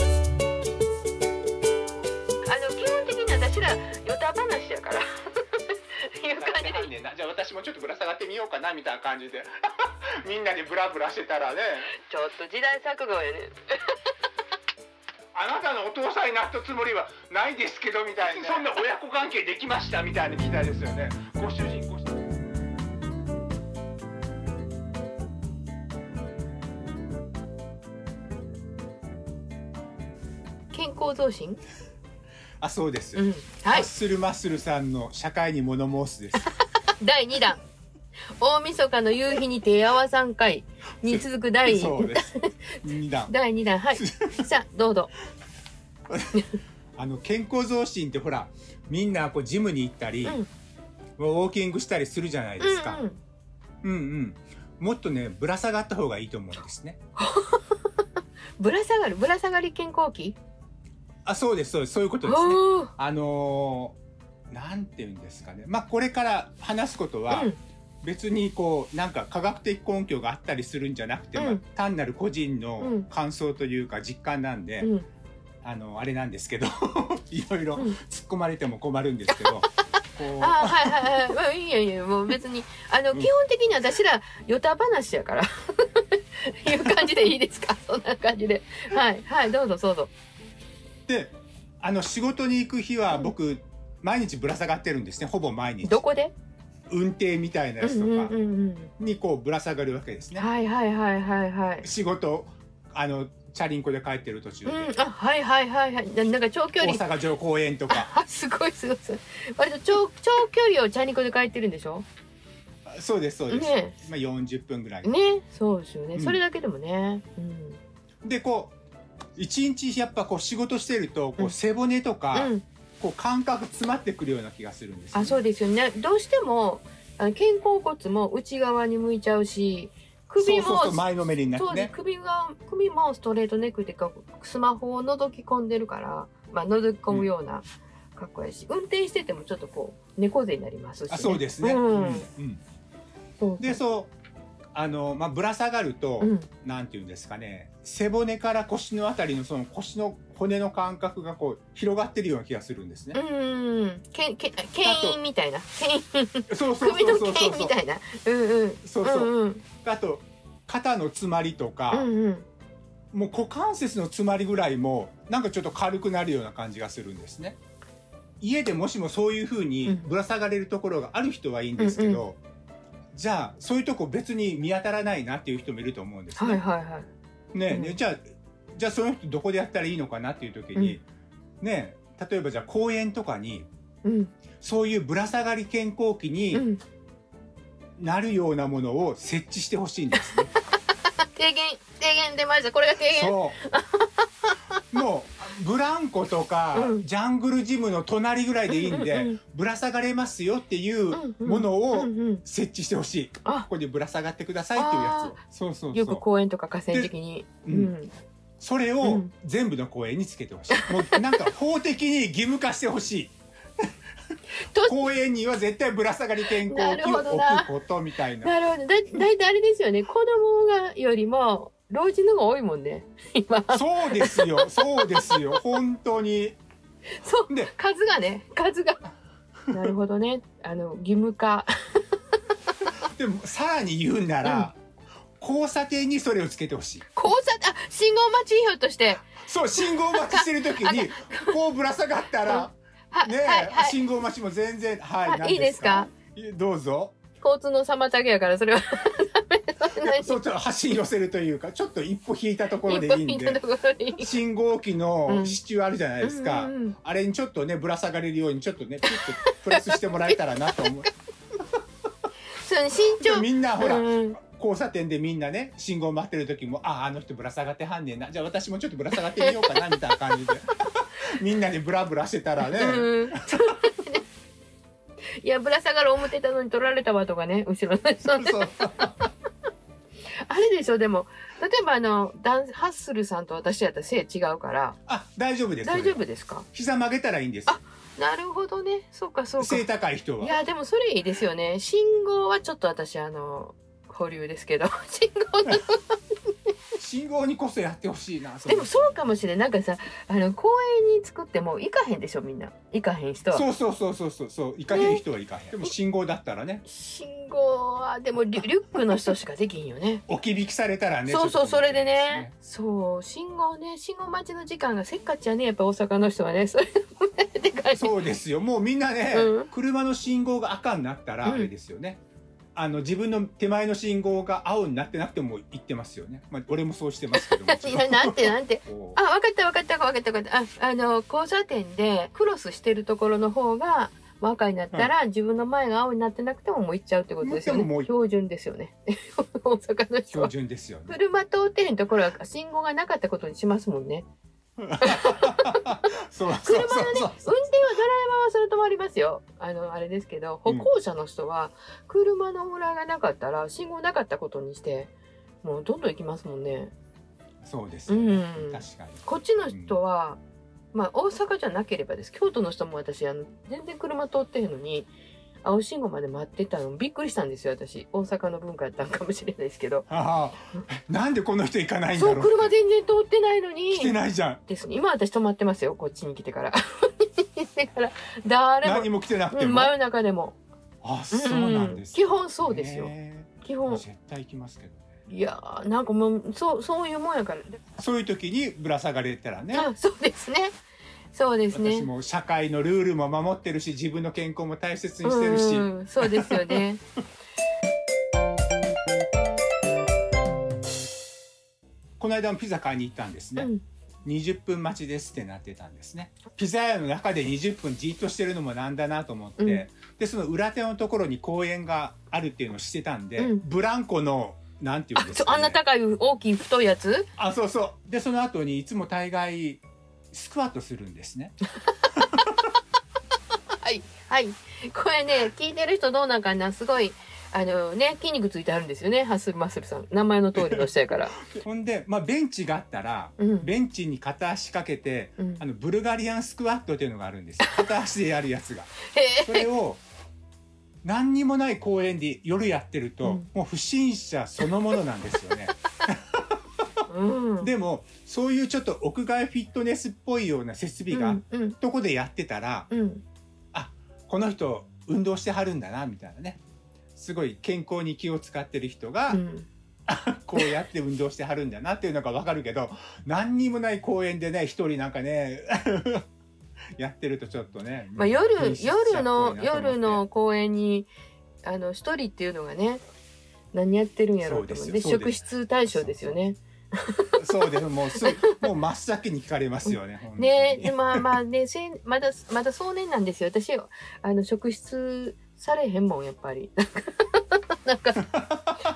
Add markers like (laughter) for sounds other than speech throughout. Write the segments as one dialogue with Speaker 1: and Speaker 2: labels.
Speaker 1: (laughs)
Speaker 2: ねんなじゃあ私もちょっとぶら下がってみようかなみたいな感じで (laughs) みんなでブラブラしてたらね
Speaker 1: ちょっと時代錯誤やね
Speaker 2: あなたのお父さんになったつもりはないですけどみたいなそんな親子関係できましたみたいな聞きたいですよねご主人ご主人
Speaker 1: 健康増進
Speaker 3: あ、そうです。
Speaker 1: うん
Speaker 3: マ
Speaker 1: は
Speaker 3: ッ
Speaker 1: い
Speaker 3: スルマッスルさんの社会に物申すです。
Speaker 1: 第2弾大晦日の夕日に手合わさん会に続く第
Speaker 3: (laughs) そ
Speaker 1: (laughs)
Speaker 3: うです。二段。
Speaker 1: 第2弾はい
Speaker 3: (laughs)
Speaker 1: さあどうぞ
Speaker 3: あの健康増進ってほら、みんなこうジムに行ったり、
Speaker 1: うん
Speaker 3: ウォーキングしたりするじゃないですか。
Speaker 1: うんうん
Speaker 3: うんうん。もっとね、ぶら下がった方がいいと思うんですね。
Speaker 1: ぶら下がるぶら下がり健康期
Speaker 3: あ、そうです、そうです、そういうことですね。
Speaker 1: おー
Speaker 3: あのーなんて言うんですかね。まあ、これから話すことは、
Speaker 1: うん
Speaker 3: 別にこう、なんか科学的根拠があったりするんじゃなくて、まあ
Speaker 1: うん
Speaker 3: 単なる個人
Speaker 1: う
Speaker 3: の
Speaker 1: ん
Speaker 3: 感想というか実感なんで、
Speaker 1: うん
Speaker 3: あの、あれなんですけど、 (laughs) いろいろ
Speaker 1: うん
Speaker 3: 突っ込まれても困るんですけど、こう
Speaker 1: ああはいはいはいまあいいやいいやもう別にあの
Speaker 3: うん
Speaker 1: 基本的に私らヨタ話やから (laughs) いう感じでいいですか (laughs) そんな感じではいはいどうぞどうぞ
Speaker 3: で、あの、仕事に行く日は
Speaker 1: うん
Speaker 3: 僕、毎日ぶら下がってるんですね、ほぼ毎日。
Speaker 1: どこで
Speaker 3: 運転みたいなや
Speaker 1: う
Speaker 3: つ
Speaker 1: んうん
Speaker 3: と
Speaker 1: う
Speaker 3: か
Speaker 1: ん
Speaker 3: にこう、ぶら下がるわけです
Speaker 1: うん
Speaker 3: ね。
Speaker 1: はいはいはいはいはい
Speaker 3: 仕事、あの、チャリンコで帰ってる途中
Speaker 1: う
Speaker 3: で、
Speaker 1: んあはいはいはいはいななんか長距
Speaker 3: 大
Speaker 1: 離
Speaker 3: 阪城公園とか、
Speaker 1: あすごいすごいすごい割と長長距離をチャリンコで帰ってるんでしょ
Speaker 3: そうです、そうです。
Speaker 1: ね
Speaker 3: まあ、40分ぐらい。
Speaker 1: ねそうですよね、
Speaker 3: うん
Speaker 1: それだけでもね、うん、
Speaker 3: で、こう、一日やっぱこう仕事してると、こ
Speaker 1: う
Speaker 3: う、
Speaker 1: ん
Speaker 3: 背骨とか、
Speaker 1: うん、
Speaker 3: こう、感覚詰まってくるような気がするんですよね、
Speaker 1: あそうですよねどうしてもあの肩甲骨も内側に向いちゃうし首も
Speaker 3: そうそうそう前のめりになって
Speaker 1: そうね
Speaker 3: ね
Speaker 1: 首が首もストレートネックっていうかスマホを覗き込んでるから、まあ、覗き込むような格好やし、運転しててもちょっとこう猫背になりますし、ね、
Speaker 3: あそうですね、
Speaker 1: うん
Speaker 3: うん
Speaker 1: そう
Speaker 3: でそうあの、まあ、ぶら下がると、
Speaker 1: うん
Speaker 3: なんていうんですかね背骨から腰のあたりのその腰の骨の感覚がこう広がってるような気がするんです
Speaker 1: う
Speaker 3: ね、
Speaker 1: んけけ
Speaker 3: あと
Speaker 1: 牽引みたいな牽引
Speaker 3: そうそう
Speaker 1: 首
Speaker 3: そ
Speaker 1: の
Speaker 3: うそうそう
Speaker 1: 剣みたいな。うんうん。
Speaker 3: そうそう
Speaker 1: うんうん。
Speaker 3: あと肩の詰まりとか、
Speaker 1: うんうん。
Speaker 3: もう股関節の詰まりぐらいもなんかちょっと軽くなるような感じがするんですね家でもしもそういうふうに
Speaker 1: うん
Speaker 3: ぶら下がれるところがある人はいいんですけ
Speaker 1: う
Speaker 3: ど、じゃあそういうとこ別に見当たらないなっていう人もいると思うんです
Speaker 1: は
Speaker 3: ね、
Speaker 1: いはいはい。
Speaker 3: ね
Speaker 1: うん
Speaker 3: ねじゃあじゃあその人どこでやったらいいのかなっていう時に、ね例えばじゃあ公園とかに
Speaker 1: うん
Speaker 3: そういうぶら下がり健康器
Speaker 1: う
Speaker 3: に
Speaker 1: ん。
Speaker 3: なるようなものを設置してほしいんですね。
Speaker 1: あ提言提言出ました。これが提言。
Speaker 3: そうもうブランコとか、
Speaker 1: うん
Speaker 3: ジャングルジムの隣ぐらいでいいんで、
Speaker 1: うんうん
Speaker 3: ぶら下がれますよっていう
Speaker 1: うんうん
Speaker 3: ものを
Speaker 1: うんうん
Speaker 3: 設置してほしい、
Speaker 1: あ
Speaker 3: ここにぶら下がってくださいっていうやつをそうそう
Speaker 1: よ
Speaker 3: そ
Speaker 1: く
Speaker 3: う
Speaker 1: 公園とか河川敷に。う
Speaker 3: でうん
Speaker 1: ん。
Speaker 3: それ
Speaker 1: う
Speaker 3: を
Speaker 1: ん
Speaker 3: 全部の公園につけてほしい、
Speaker 1: (laughs)
Speaker 3: もうなんか法的に義務化してほしい
Speaker 1: と
Speaker 3: 公園には絶対ぶら下がり健康器を置くことみたいな
Speaker 1: なるほど。だだいたいあれですよね。子供がよりも老人の方が多いもんね。 (laughs) 今。
Speaker 3: そうですよそうですよ本当に
Speaker 1: そう。
Speaker 3: で
Speaker 1: 数がね数が。なるほどね。あの義務化。
Speaker 3: でもさらに言うなら、交差点にそれをつけてほしい
Speaker 1: 交差あ信号待ち標として。
Speaker 3: そう信号待ちしてる
Speaker 1: (laughs)
Speaker 3: 時にこうぶら下がったら
Speaker 1: は
Speaker 3: ねえ、
Speaker 1: はいはい。
Speaker 3: 信号待ちも全然はい、
Speaker 1: はい
Speaker 3: 何いどうぞ
Speaker 1: 交通の妨げやからそれはダメ。それ何
Speaker 3: そうちょっと端に寄せるというかちょっと一歩引いたところでいいん
Speaker 1: 一般的な
Speaker 3: で
Speaker 1: ところに
Speaker 3: 信号機の支柱あるじゃないですか、
Speaker 1: うんうんうん
Speaker 3: あれにちょっとねぶら下がれるようにちょっとねピッとプラスしてもらえたらな
Speaker 1: (laughs)
Speaker 3: と思う
Speaker 1: そう身長。
Speaker 3: みんなほら、
Speaker 1: うん
Speaker 3: 交差点でみんなね信号待ってる時もあああの人ぶら下がってはんねんなじゃあ私もちょっとぶら下がってみようかなみたいな感
Speaker 1: (laughs)
Speaker 3: じでみんなでブラブラしてたらね、
Speaker 1: うん。 (laughs) いやぶら下がる思ってたのに取られたわとかね後ろの人ね
Speaker 3: そう
Speaker 1: あれでしょでも例えばあのダンハッスルさんと私やったら背違うから
Speaker 3: あ大丈夫です
Speaker 1: 大丈夫ですか
Speaker 3: 膝曲げたらいいんです
Speaker 1: なるほどねそうかそうか
Speaker 3: 背
Speaker 1: い
Speaker 3: 高い人は
Speaker 1: やでもそれいいですよね (laughs) 信号はちょっと私あの保留ですけど信号の
Speaker 3: 信号にこそやってほしいな。そ
Speaker 1: で
Speaker 3: れ
Speaker 1: もそうかもしれんなんかさあの公園に作っても行かへんでしょみんな行かへん人は
Speaker 3: そうそうそうそうそうそう行かへん人は行かへん。でも信号だったらね、
Speaker 1: 信号はでもリュリュックの人しかできひんよね
Speaker 3: 置き引きされたらね。
Speaker 1: そうそう
Speaker 3: ちょ
Speaker 1: そ
Speaker 3: っと
Speaker 1: れでね。そう信号ね信号待ちの時間がせっかちやねやっぱ大阪の人はねそれもねでかい
Speaker 3: そうですよ。もうみんなね、
Speaker 1: うん
Speaker 3: 車の信号が赤になったら
Speaker 1: うん。
Speaker 3: あれですよね。あの自分の手前の信号が青になってなくても行ってますよね。まあ俺もそうしてますけども
Speaker 1: (laughs) いやなんてなんて
Speaker 3: こう
Speaker 1: あ、わかったわかったわかったわかった。あ、あの、交差点でクロスしてるところの方が、まあ赤になったら、自分の前が青になってなくてももう行っちゃうってことですよ
Speaker 3: もうでもも
Speaker 1: ね。
Speaker 3: う
Speaker 1: 標準ですよね。 (laughs) 大阪の人
Speaker 3: 標
Speaker 1: は。
Speaker 3: 準ですよ
Speaker 1: (laughs)
Speaker 3: ね。
Speaker 1: 車通ってへんところは信号がなかったことにしますもんね。車のね、運転は
Speaker 3: そうそうそう
Speaker 1: ドライバーはそれともありますよ。あの、あれですけど、歩行者の人は、車の裏がなかったら、信号なかったことにして、もうどんどん行きますもんね。
Speaker 3: そうです
Speaker 1: う
Speaker 3: よね、
Speaker 1: ん。
Speaker 3: 確かに。
Speaker 1: こっちの人は、まあ大阪じゃなければです京都の人も私あの全然車通ってへんのに青信号まで待ってたのびっくりしたんですよ私大阪の文化やったんかもしれないですけど
Speaker 3: ああ、なんでこの人行かないんだ
Speaker 1: そ
Speaker 3: ろう
Speaker 1: う
Speaker 3: って。
Speaker 1: 車全然通ってないの
Speaker 3: 来て
Speaker 1: に
Speaker 3: ないじゃん。
Speaker 1: ですね今私止まってますよこっちに来てから (laughs) だから誰も
Speaker 3: 何も来てなくて
Speaker 1: う
Speaker 3: も。
Speaker 1: ん、真夜中でも、
Speaker 3: あ、そうなんです、
Speaker 1: 基本そうですよ
Speaker 3: ね
Speaker 1: 基
Speaker 3: え
Speaker 1: 本
Speaker 3: 絶対行きますけどね。
Speaker 1: いやーなんかもうそうそういうもんやから、
Speaker 3: そういう時にぶら下がれたらね。
Speaker 1: あそうですねそうですね
Speaker 3: 私も社会のルールも守ってるし自分の健康も大切にしてるし、
Speaker 1: うん、そうですよね。
Speaker 3: この間もピザ買いに行ったんです
Speaker 1: う
Speaker 3: (laughs) ね、
Speaker 1: ん、
Speaker 3: 20分待ちですってなってたんですねピザ屋の中で20分じっとしてるのもなんだなと思って、
Speaker 1: うん
Speaker 3: でその裏手のところに公園があるっていうのをしてたんで、
Speaker 1: うん
Speaker 3: ブランコのなんてい
Speaker 1: あ
Speaker 3: うんです
Speaker 1: そう
Speaker 3: か、ね、
Speaker 1: あんな高い大きい太いやつ
Speaker 3: あそうそうでその後にいつも大概スクワットするんで
Speaker 1: (laughs)
Speaker 3: すね
Speaker 1: はいはいこれね聞いてる人どうなんかなすごいあのね筋肉ついてあるんですよねハッスルマッスルさん名前の通りの人や (laughs) から
Speaker 3: ほんで、まあ、ベンチがあったら
Speaker 1: うん、
Speaker 3: ベンチに片足かけて
Speaker 1: うん
Speaker 3: あ、のブルガリアンスクワットっていうのがあるんですよ片足でやるやつが
Speaker 1: へ
Speaker 3: それを何にもない公園で夜やってると、
Speaker 1: うん
Speaker 3: もう不審者そのものなんで
Speaker 1: (laughs)
Speaker 3: すよね
Speaker 1: ーうん
Speaker 3: でもそういうちょっと屋外フィットネスっぽいような設備
Speaker 1: う
Speaker 3: が、
Speaker 1: んうん
Speaker 3: とこでやってたら
Speaker 1: うん
Speaker 3: この人運動してはるんだなみたいなねすごい健康に気を使ってる人が、
Speaker 1: うん
Speaker 3: こうやって運動してはるんだなっていうのがわかるけど何にもない公園でね一人なんかね (laughs) やってるとちょっとね、
Speaker 1: まあ、夜
Speaker 3: 不審者っぽい
Speaker 1: 夜
Speaker 3: なと思っ
Speaker 1: の
Speaker 3: て
Speaker 1: 夜の公園にあの一人っていうのがね何やってるんやろうと思っ
Speaker 3: そう
Speaker 1: て、
Speaker 3: で
Speaker 1: です
Speaker 3: よそう
Speaker 1: 職
Speaker 3: です
Speaker 1: 質対象ですよね。
Speaker 3: そうですもうすぐもう真っ先に聞かれますよね本当に
Speaker 1: ねでまあまあね (laughs) せんまだまだ壮年なんですよ私あの職質されへんもんやっぱり (laughs) なんか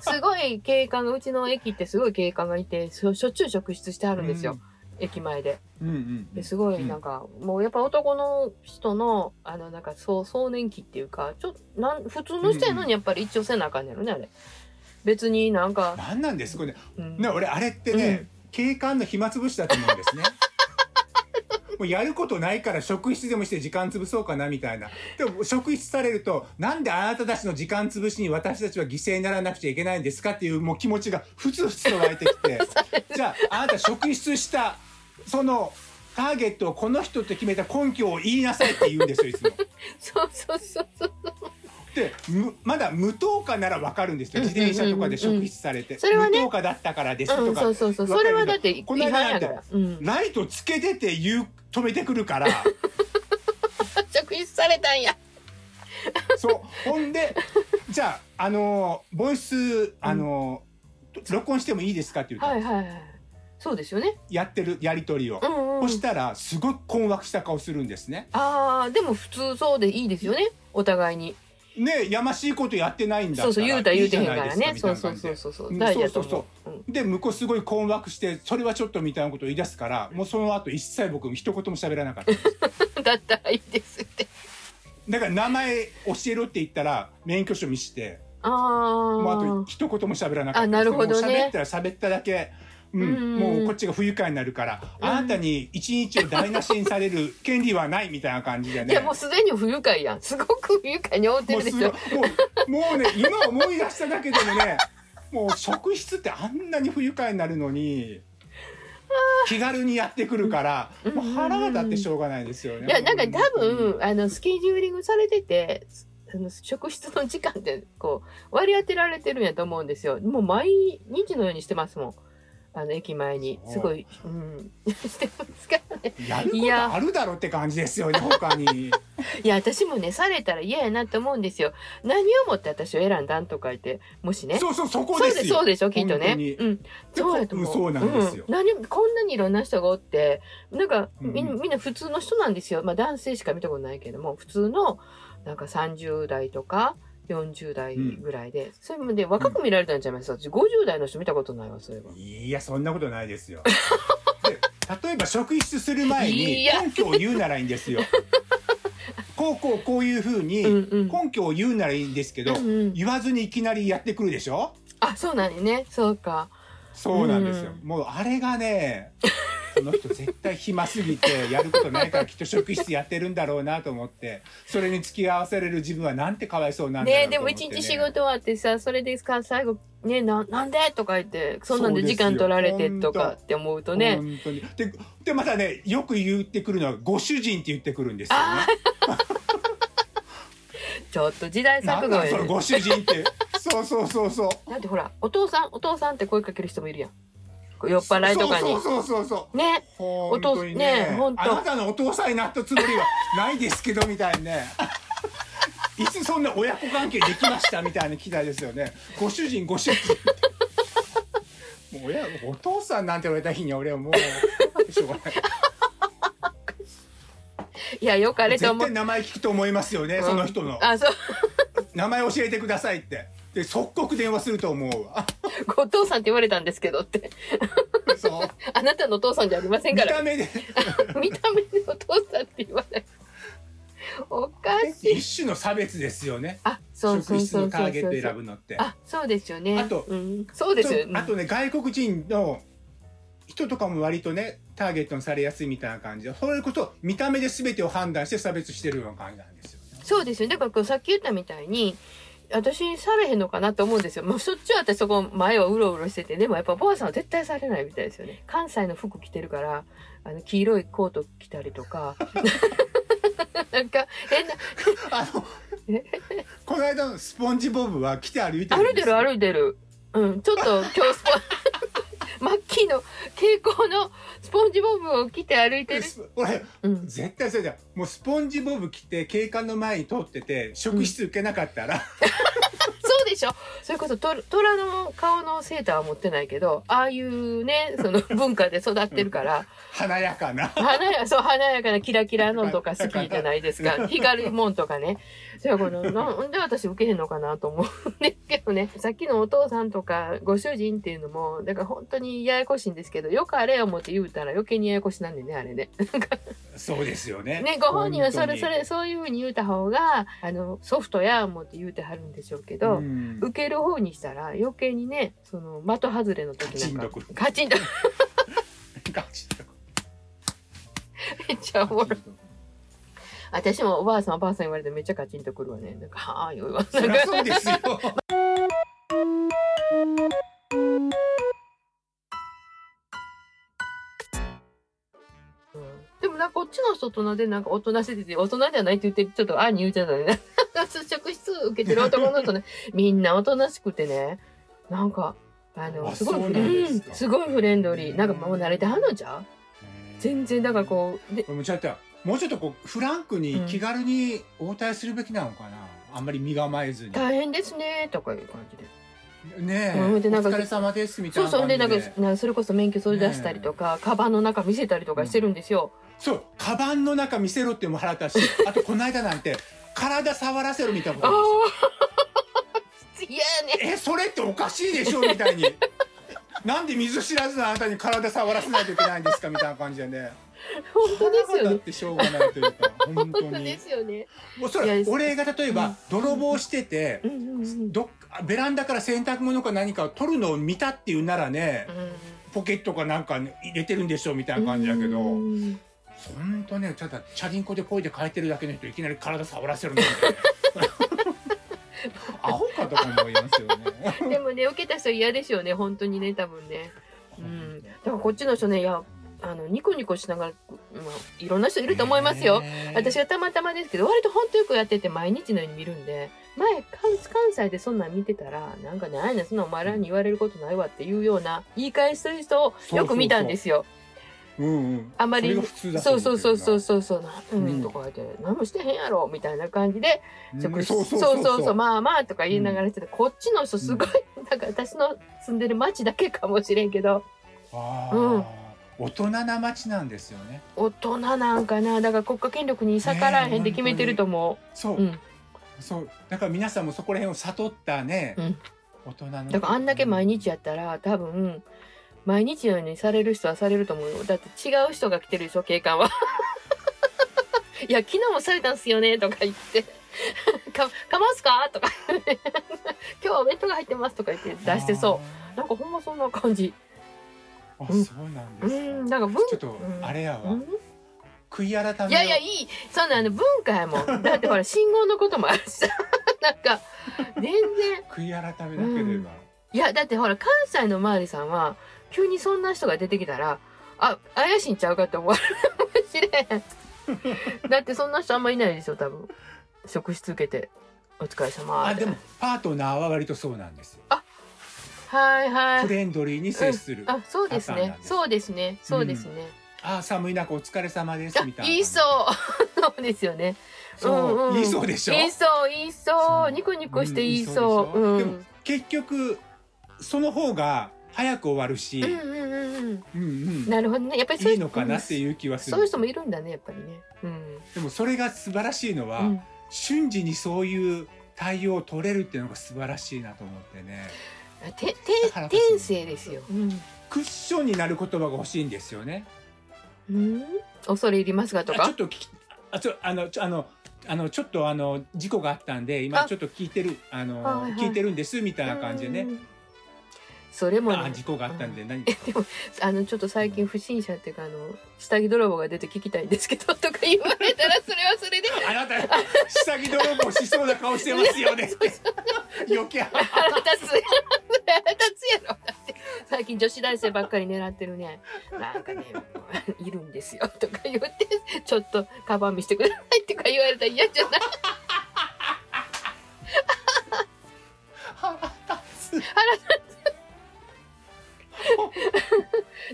Speaker 1: すごい警官がうちの駅ってすごい警官がいてしょしょっちゅう職質してあるんですよ、駅前で
Speaker 3: うん。うんうんうん
Speaker 1: ですごいなんか、もうやっぱ男の人のあのなんかそう壮年期っていうかちょっとなん普通の人やの
Speaker 3: うんう
Speaker 1: にやっぱり一応せなあかんねやろねあれ別になんか、
Speaker 3: 何なんですこれね
Speaker 1: うん
Speaker 3: ね俺あれってね、
Speaker 1: うん
Speaker 3: 警官の暇つぶしだと思うんで
Speaker 1: (laughs)
Speaker 3: すねもうやることないから職質でもして時間潰そうかなみたいなでも職質されるとなんであなたたちの時間潰しに私たちは犠牲にならなくちゃいけないんですかっていうもう気持ちがふつふつと湧い
Speaker 1: (laughs)
Speaker 3: てきてじゃああなた職質したそのターゲットをこの人って決めた根拠を言いなさいって言うんですよいつも。
Speaker 1: そうそうそうそう
Speaker 3: でむまだ無灯火ならわかるんですよ
Speaker 1: うん
Speaker 3: 自転車とかで職質されて、
Speaker 1: それはね
Speaker 3: 無灯火だったからです
Speaker 1: う
Speaker 3: と
Speaker 1: んそ (laughs)
Speaker 3: か、
Speaker 1: うそうそうそれはだって違
Speaker 3: こ
Speaker 1: 反
Speaker 3: の間
Speaker 1: やから、うん、
Speaker 3: ライトつけてて言う止めてくるから
Speaker 1: 着実されたんや。
Speaker 3: そうほんでじゃああのーボイスあのー録音してもいいですかって言うと、
Speaker 1: はいはいはい。そうですよね。
Speaker 3: やってるやり取りを、
Speaker 1: うんう
Speaker 3: そ
Speaker 1: ん。
Speaker 3: したらすごく困惑した顔するんですね。
Speaker 1: ああ、でも普通そうでいいですよね。お互いに。
Speaker 3: ねえやましいことやってないんだ
Speaker 1: そ
Speaker 3: っ
Speaker 1: う
Speaker 3: た
Speaker 1: そう、
Speaker 3: ら
Speaker 1: 言うたら言
Speaker 3: いうい
Speaker 1: て
Speaker 3: じゃ
Speaker 1: へん
Speaker 3: な
Speaker 1: か
Speaker 3: いで
Speaker 1: ら
Speaker 3: すか
Speaker 1: ね。
Speaker 3: みたい
Speaker 1: そうそう
Speaker 3: な感じで
Speaker 1: そうそうそうう。
Speaker 3: ん
Speaker 1: 大事だと思う。
Speaker 3: そう
Speaker 1: うん
Speaker 3: で向こうすごい困惑してそれはちょっとみたいなことを言い出すからもうその後一切僕一言も喋らなかった。
Speaker 1: だったらいいですって。
Speaker 3: だから名前教えろって言ったら免許証見して
Speaker 1: あ
Speaker 3: もうあと
Speaker 1: あ。
Speaker 3: 一言も喋らなかった
Speaker 1: あなるほどね
Speaker 3: もう喋ったら喋っただけ、
Speaker 1: う
Speaker 3: うん
Speaker 1: んうん
Speaker 3: もうこっちが不愉快になるから、
Speaker 1: うん
Speaker 3: あなたに一日を台無しにされる権利はないみたいな感じで
Speaker 1: い
Speaker 3: ね
Speaker 1: や、もうすでに不愉快やん。すごく不愉快に思って
Speaker 3: もう
Speaker 1: るですし
Speaker 3: ごい
Speaker 1: ょ。
Speaker 3: もうもうね今思い出しただけでもねもう職質ってあんなに不愉快になるのに気軽にやってくるから
Speaker 1: うん
Speaker 3: もう腹が立ってしょうがないですよね。
Speaker 1: いや、なんか多分、あの、スケジューリングされてて、あの職質の時間って、こう、割り当てられてるんやと思うんですよ。もう毎日のようにしてますもん。あの、駅前に。
Speaker 3: そう
Speaker 1: すごい、うん、 (laughs) してますからね。
Speaker 3: やるこ
Speaker 1: い
Speaker 3: と
Speaker 1: や
Speaker 3: あるだろうって感じですよね他に。
Speaker 1: いや、私もね、されたら嫌やなと思うんですよ。何をもって私を選んだんとか言って、もしね。
Speaker 3: そうそうそこ
Speaker 1: そう
Speaker 3: で
Speaker 1: ですす、そ
Speaker 3: よ
Speaker 1: う。でしょ、きっと
Speaker 3: 本当
Speaker 1: ね
Speaker 3: に。
Speaker 1: うん。そうやと思う。
Speaker 3: そうなんですよ
Speaker 1: うん何こんなにいろんな人がおって、なんかみ,、
Speaker 3: うん
Speaker 1: みんな普通の人なんですよ。まあ男性しか見たことないけども、普通のなんか30代とか40代ぐらいで、そういうので若く見られたんちゃいます、私50代の人見たことないわ、そういえば。
Speaker 3: いやそんなことないですよ。で例えば職質する前
Speaker 1: い
Speaker 3: に
Speaker 1: や
Speaker 3: 根拠を言うならいいんですよ。こうこうこういうふ
Speaker 1: う
Speaker 3: う
Speaker 1: んう
Speaker 3: に
Speaker 1: ん。
Speaker 3: 根拠を言うならいいんですけど
Speaker 1: うんうん
Speaker 3: 言わずにいきなりやってくるでしょ
Speaker 1: あ、そうなんやね。そうか。
Speaker 3: そうなんですよ。
Speaker 1: う
Speaker 3: もうあれがね、その人絶対暇すぎてやることないからきっと職質やってるんだろうなと思って、それに付き合わされる自分はなんてかわいそうなんだろ
Speaker 1: ね
Speaker 3: うと
Speaker 1: で
Speaker 3: 思
Speaker 1: も
Speaker 3: って、
Speaker 1: 一
Speaker 3: ね。
Speaker 1: 日仕事終わってさ、それでさ最後、ねな、なんでとか言って、そんなんで時間取られてとかって思うとね。
Speaker 3: 本当に。で、でまたね、よく言ってくるのはご主人って言ってくるんですよ
Speaker 1: あ
Speaker 3: ね。
Speaker 1: ちょっと時代
Speaker 3: な
Speaker 1: 錯
Speaker 3: ん
Speaker 1: 誤
Speaker 3: だ
Speaker 1: や
Speaker 3: その
Speaker 1: ね
Speaker 3: ご主
Speaker 1: (laughs)
Speaker 3: 人って。そうそうそうそう。
Speaker 1: だってほら、お父さん、お父さんって声かける人もいるやん。こう酔っ払いとかに。
Speaker 3: そうそうそうそうそう。
Speaker 1: ね。
Speaker 3: 本
Speaker 1: 父
Speaker 3: 当に
Speaker 1: ね
Speaker 3: ね
Speaker 1: 本当
Speaker 3: あなたのお父さんになったつもりはないですけどみたいにね (laughs) いつそんな親子関係できましたみたいな期待ですよねご主人ご主人ってもう親お父さんなんて言われた日に俺はもうしょうが
Speaker 1: (laughs)
Speaker 3: ない
Speaker 1: いや、よかれと
Speaker 3: 絶
Speaker 1: 思う
Speaker 3: 対。名前聞くと思いますよね、
Speaker 1: うん
Speaker 3: その人の
Speaker 1: あ、そう。
Speaker 3: 名前教えてくださいってで即刻電話すると思うわ
Speaker 1: お父さんって言われたんですけどって。 (laughs)
Speaker 3: そう
Speaker 1: あなたのお父さんじゃありません
Speaker 3: 見
Speaker 1: か
Speaker 3: た
Speaker 1: ら。(laughs)
Speaker 3: 目で
Speaker 1: 見た目でお父さんって言わない。おかしい。
Speaker 3: 一種の差別ですよね
Speaker 1: あ、そうそ
Speaker 3: 職
Speaker 1: う
Speaker 3: 質
Speaker 1: そ
Speaker 3: の
Speaker 1: う
Speaker 3: タ
Speaker 1: そ
Speaker 3: ー
Speaker 1: う
Speaker 3: ゲット選
Speaker 1: そう。
Speaker 3: ぶのって
Speaker 1: あ、そうですよね。
Speaker 3: あと
Speaker 1: うん、そうですよ
Speaker 3: そうあとね外国人の人とかも割とねターゲットにされやすいみたいな感じでそれこそ見た目で全てを判断して差別してるような感じなんですよね。
Speaker 1: そうですよ。だからこうさっき言ったみたいに、私されへんのかなと思うんですよ。もうしょっちゅう私そこ前をうろうろしてて、でもやっぱボアさんは絶対されないみたいですよね。関西の服着てるから、あの黄色いコート着たりとか。 (laughs) なんか変な、
Speaker 3: あのこの間のスポンジボブは来て歩いて
Speaker 1: 歩
Speaker 3: る
Speaker 1: い
Speaker 3: ん
Speaker 1: て
Speaker 3: です
Speaker 1: る
Speaker 3: よ
Speaker 1: 歩いてる。うん、ちょっと今日ス (laughs) ポン、マッキーの蛍光のスポンジボブを着て歩いてる。
Speaker 3: ス俺
Speaker 1: うん。
Speaker 3: 絶対それじゃんもうスポンジボブ来て警官の前に通ってて職質受けなかったら、
Speaker 1: そうでしょそれこそと虎の顔のセーターは持ってないけど、ああいうね、その文化で育ってるから、
Speaker 3: 華やかな (laughs)
Speaker 1: 華や (laughs) そう華やかなキラキラのとか好きじゃないです
Speaker 3: (laughs)
Speaker 1: か光るもんとかねそれこのなんで私受けへんのかなと思うんですけどねさっきのお父さんとかご主人っていうのもだから本当にややこしいんですけどよくあれ思って言うたら余計にややこしなんでねあれね。
Speaker 3: そうですよね。
Speaker 1: ねご本人はそれ
Speaker 3: 本
Speaker 1: そ
Speaker 3: 当に
Speaker 1: れそういうふうに言うた方があのソフトや思って言うてはるんでしょうけど、
Speaker 3: うん
Speaker 1: 受ける方にしたら余計にねその的外れの時なんか
Speaker 3: カチンとくる
Speaker 1: カチンと
Speaker 3: ガチッと
Speaker 1: めっちゃおもろい私もおばあさんおばあさん言われてめっちゃカチンとくるわね。なんか、はあー言わ
Speaker 3: そ
Speaker 1: な
Speaker 3: り
Speaker 1: ん
Speaker 3: ゃ
Speaker 1: か
Speaker 3: そうですよ。
Speaker 1: うんでもなんかこっちの人となでなんか大人してて、大人じゃないって言って、ちょっとあに言うちゃったね。 (laughs) なんか職質受けてる男の人ね、みんなおとなしくてね、なんか、あの、
Speaker 3: あ
Speaker 1: すごい
Speaker 3: そう
Speaker 1: フ
Speaker 3: な
Speaker 1: レ、
Speaker 3: んで
Speaker 1: う
Speaker 3: す
Speaker 1: ん
Speaker 3: か
Speaker 1: すごいフレンドリー。なんかもう慣れてはんのじゃう (laughs) 全然、だからこう、で、
Speaker 3: でもちょっともうちょっとこうフランクに気軽に応対するべきなのかな、あんまり身構えずに
Speaker 1: 大変ですね、とかいう感じで。
Speaker 3: ねえ、
Speaker 1: うんでなんか
Speaker 3: お疲れ様ですみた
Speaker 1: そ
Speaker 3: い
Speaker 1: う
Speaker 3: な
Speaker 1: そう、
Speaker 3: 感
Speaker 1: で、
Speaker 3: じで
Speaker 1: なんか、なそれこそ免許取り出したりとか、カバンの中見せたりとかしてるんですよ。
Speaker 3: そうカバンの中見せろっても腹立つし
Speaker 1: (laughs)
Speaker 3: あとこの間なんて体触らせろみたいなこ
Speaker 1: あ
Speaker 3: と
Speaker 1: (laughs) あ嫌やね。
Speaker 3: ですよえそれっておかしいでしょみ
Speaker 1: (laughs)
Speaker 3: たいになんで水知らずのあなたに体触らせないといけないんですかみたいな感じでね
Speaker 1: 本当です
Speaker 3: 腹
Speaker 1: よ
Speaker 3: 立っ
Speaker 1: ね。
Speaker 3: てしょうがないというか本当
Speaker 1: 本当
Speaker 3: に
Speaker 1: ですよね。
Speaker 3: もうそ
Speaker 1: い
Speaker 3: れ
Speaker 1: や
Speaker 3: 俺が例えば、
Speaker 1: うん
Speaker 3: 泥棒してて、
Speaker 1: うんうんうん。
Speaker 3: どっかベランダから洗濯物か何かを取るのを見たっていうならね、ポケットかなんかに入れてるんでしょみたいな感じだけど、
Speaker 1: う
Speaker 3: ほ
Speaker 1: ん
Speaker 3: ん
Speaker 1: (laughs)
Speaker 3: とねただチャリンコでポイで変えてるだけの人いきなり体触らせるなんてアホかとか思いますよね。
Speaker 1: でもね受けた人嫌でしょうね本当にね多分ねうんだからこっちの人ねいやあのニコニコしながら、まあ、いろんな人い
Speaker 3: い
Speaker 1: ると思いますよ、。私はたまたまですけど割と本当よくやってて毎日のように見るんで前関関西でそんなん見てたらなんかないねんそんなんお前らに言われることないわっていうような言い返す人をよく見たんですよ
Speaker 3: うんうん。
Speaker 1: あまり
Speaker 3: それが普通だと
Speaker 1: そう
Speaker 3: 思
Speaker 1: そうそうそう
Speaker 3: う
Speaker 1: そうそう「う」
Speaker 3: うんん
Speaker 1: とか言って「何もしてへんやろ」みたいな感じで
Speaker 3: けどな。
Speaker 1: 食
Speaker 3: うん
Speaker 1: 事
Speaker 3: そうそう
Speaker 1: そうそうまあまあとか言いながらしてて、こっちの人すごい、 (laughs) なんか私の住んでる町だけかもしれんけど
Speaker 3: あ
Speaker 1: うん
Speaker 3: ー大人な街なんですよね。
Speaker 1: 大人なんかなだから国家権力に逆らえへんって決めてると思
Speaker 3: そう
Speaker 1: う、う、ん、
Speaker 3: そうだから皆さんもそこら辺を悟ったね、
Speaker 1: うん
Speaker 3: 大人の
Speaker 1: だからあんだけ毎日やったら多分毎日のようにされる人はされると思うよだって違う人が来てるでしょ警官は (laughs) いや昨日もされたんすよねとか言って (laughs) かかますかとか (laughs) 言って今日はお弁当が入ってますとか言って出してそうなんかほんまそんな感じ
Speaker 3: あーあ
Speaker 1: うん
Speaker 3: そうなん
Speaker 1: う
Speaker 3: ですか、
Speaker 1: んなんか文
Speaker 3: ちょっと
Speaker 1: うん
Speaker 3: あれやわ、
Speaker 1: うん
Speaker 3: 悔い改めよう
Speaker 1: いやいやいいそんなあの文化やも
Speaker 3: (laughs)
Speaker 1: んだってほら信号のこともあるし (laughs) なんか全然
Speaker 3: 悔い改めなければ、
Speaker 1: いやだってほら関西の周りさんは急にそんな人が出てきたらあ怪しいんちゃうかって思われるかもしれん
Speaker 3: (laughs)
Speaker 1: だってそんな人あんまいないでしょ多分職質受けて「お疲れ様
Speaker 3: あでもパートナーは割とそうなんですよ
Speaker 1: はいは
Speaker 3: フ
Speaker 1: い
Speaker 3: レンドリーに接する、
Speaker 1: あそうです
Speaker 3: パターンな
Speaker 1: ね
Speaker 3: んです
Speaker 1: そうですねそうですね、
Speaker 3: あー寒い中お疲れ様ですみたい
Speaker 1: あ
Speaker 3: ない
Speaker 1: いそうそうですよね
Speaker 3: そう、
Speaker 1: んん
Speaker 3: いいそうでしょ
Speaker 1: いいそういいそ
Speaker 3: そうう
Speaker 1: ニコニコして
Speaker 3: うん
Speaker 1: いいそう
Speaker 3: いいそう
Speaker 1: う
Speaker 3: でしょ
Speaker 1: ん
Speaker 3: でも結局その方が早く終わるし、
Speaker 1: うんうんうん
Speaker 3: うん
Speaker 1: う
Speaker 3: うん
Speaker 1: んなるほどねやっぱりそう
Speaker 3: いいのかなって
Speaker 1: うん
Speaker 3: いう気はする
Speaker 1: そういう人もいるんだねやっぱりねうん、
Speaker 3: でもそれが素晴らしいのは、
Speaker 1: うん、
Speaker 3: 瞬時にそういう対応を取れるっていうのが素晴らしいなと思ってね
Speaker 1: てて
Speaker 3: 腹立つ
Speaker 1: 天性ですよ、うん
Speaker 3: クッションになる言葉が欲しいんですよね
Speaker 1: うん、恐れ入りますがと
Speaker 3: あちょ
Speaker 1: か
Speaker 3: っと聞きあちょあのちょあのあのちょっとあの事故があったんで
Speaker 1: あ
Speaker 3: 今ちょっと聞いてるあの、
Speaker 1: はいはい
Speaker 3: 聞いてるんですみたいな感じで
Speaker 1: う
Speaker 3: ね
Speaker 1: んそれもね
Speaker 3: あ事故があったんで何
Speaker 1: あのちょっと最近不審者っていうかあの下着泥棒が出て聞きたいんですけどとか言われたらそれはそれで
Speaker 3: あなた下着泥棒しそうな顔してますよね余計 (laughs)
Speaker 1: 腹立つ腹立つやろだって最近女子大生ばっかり狙ってるねなんかねいるんですよとか言ってちょっとカバン見せてくださいとか言われたら嫌じゃない
Speaker 3: 腹立つ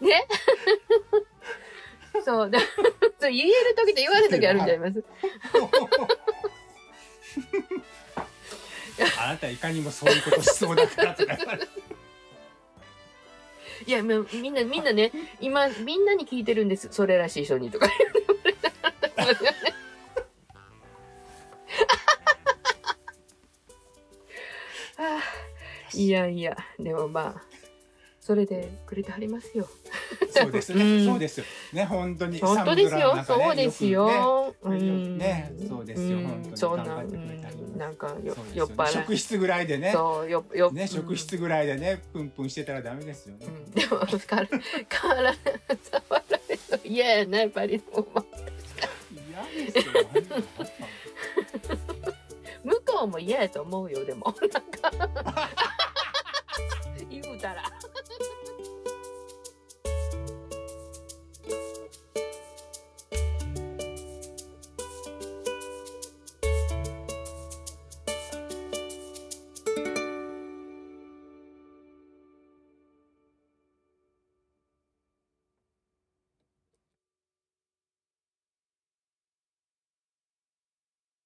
Speaker 1: ねそうだそう言える時と言われる時あるんちゃいます
Speaker 3: あなたいかにもそういうことしそうだからとか言われて
Speaker 1: いやもうみんなみんなね今みんなに聞いてるんですそれらしい人にと
Speaker 3: (laughs)
Speaker 1: かあーいやいやでもまあそれでくれてはりますよ
Speaker 3: そうです
Speaker 1: う
Speaker 3: ね。
Speaker 1: ん
Speaker 3: そうですよ。ね、本当に。
Speaker 1: 本当ですよ、
Speaker 3: サムドラ
Speaker 1: そう
Speaker 3: の中ね
Speaker 1: です。よ、
Speaker 3: くね
Speaker 1: うん
Speaker 3: ねそうですよ
Speaker 1: ん
Speaker 3: 本当に
Speaker 1: そんな
Speaker 3: 頑張
Speaker 1: う
Speaker 3: ってくれてはります
Speaker 1: んなんかよ
Speaker 3: よくね
Speaker 1: 酔っ
Speaker 3: そうですよね
Speaker 1: 払
Speaker 3: 職質ぐらいで
Speaker 1: い
Speaker 3: ね。
Speaker 1: そうよよ
Speaker 3: ね、職質ぐらいでね、プンプンしてたらダメですよね
Speaker 1: う。んでもから変わら触られるの嫌やなやっぱりもう
Speaker 3: 嫌ですよ。
Speaker 1: 向こうも嫌やと思うよでもなんか (laughs)